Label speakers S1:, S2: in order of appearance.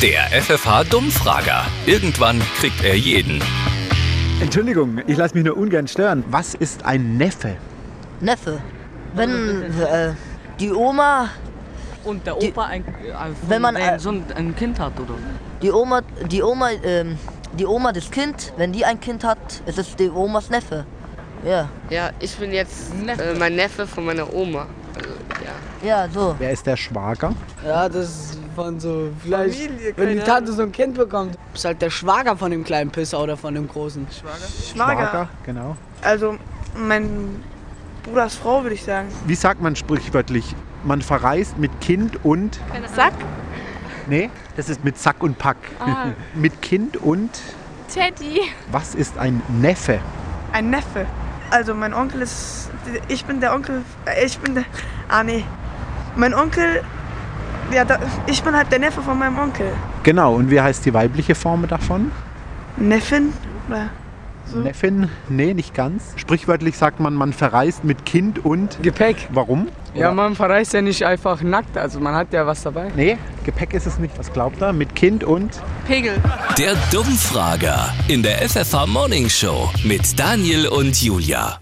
S1: Der FFH-Dummfrager. Irgendwann kriegt er jeden.
S2: Entschuldigung, ich lasse mich nur ungern stören.
S3: Was ist ein Neffe?
S4: Neffe. Wenn äh, die Oma,
S5: Und der
S4: Die-
S5: Opa ein, ein,
S4: Wenn man,
S5: ein,
S4: äh,
S5: so ein, ein Kind hat, oder?
S4: die Oma, die Oma, ähm, die Oma des Kind, wenn die ein Kind hat, ist es die Omas Neffe. Ja,
S6: Ja, ich bin jetzt
S5: Neffe.
S6: äh, mein Neffe von meiner Oma. Also, ja.
S4: ja, so.
S3: Wer ist der Schwager?
S7: Ja, das ist von so, vielleicht, wenn die Tante so ein Kind bekommt, ist halt der Schwager von dem kleinen Pisser oder von dem großen.
S3: Schwager, genau.
S8: Also mein Bruders Frau würde ich sagen.
S3: Wie sagt man sprichwörtlich? Man verreist mit Kind und.
S9: Sack, Ah.
S3: Nee, das ist mit Sack und Pack. mit Kind und.
S9: Teddy.
S3: Was ist ein Neffe?
S8: Ein Neffe. Also mein Onkel ist. Ich bin der Onkel. äh, Ich bin der. Ah nee. Mein Onkel. Ja, da, ich bin halt der Neffe von meinem Onkel.
S3: Genau, und wie heißt die weibliche Form davon?
S8: Neffin? Oder?
S3: Neffin? Nee, nicht ganz. Sprichwörtlich sagt man, man verreist mit Kind und.
S7: Gepäck.
S3: Warum?
S7: Ja, man verreist ja nicht einfach nackt, also man hat ja was dabei.
S3: Nee, Gepäck ist es nicht. Was glaubt er? Mit Kind und.
S6: Pegel.
S1: Der Dummfrager in der FFH Morning Show mit Daniel und Julia.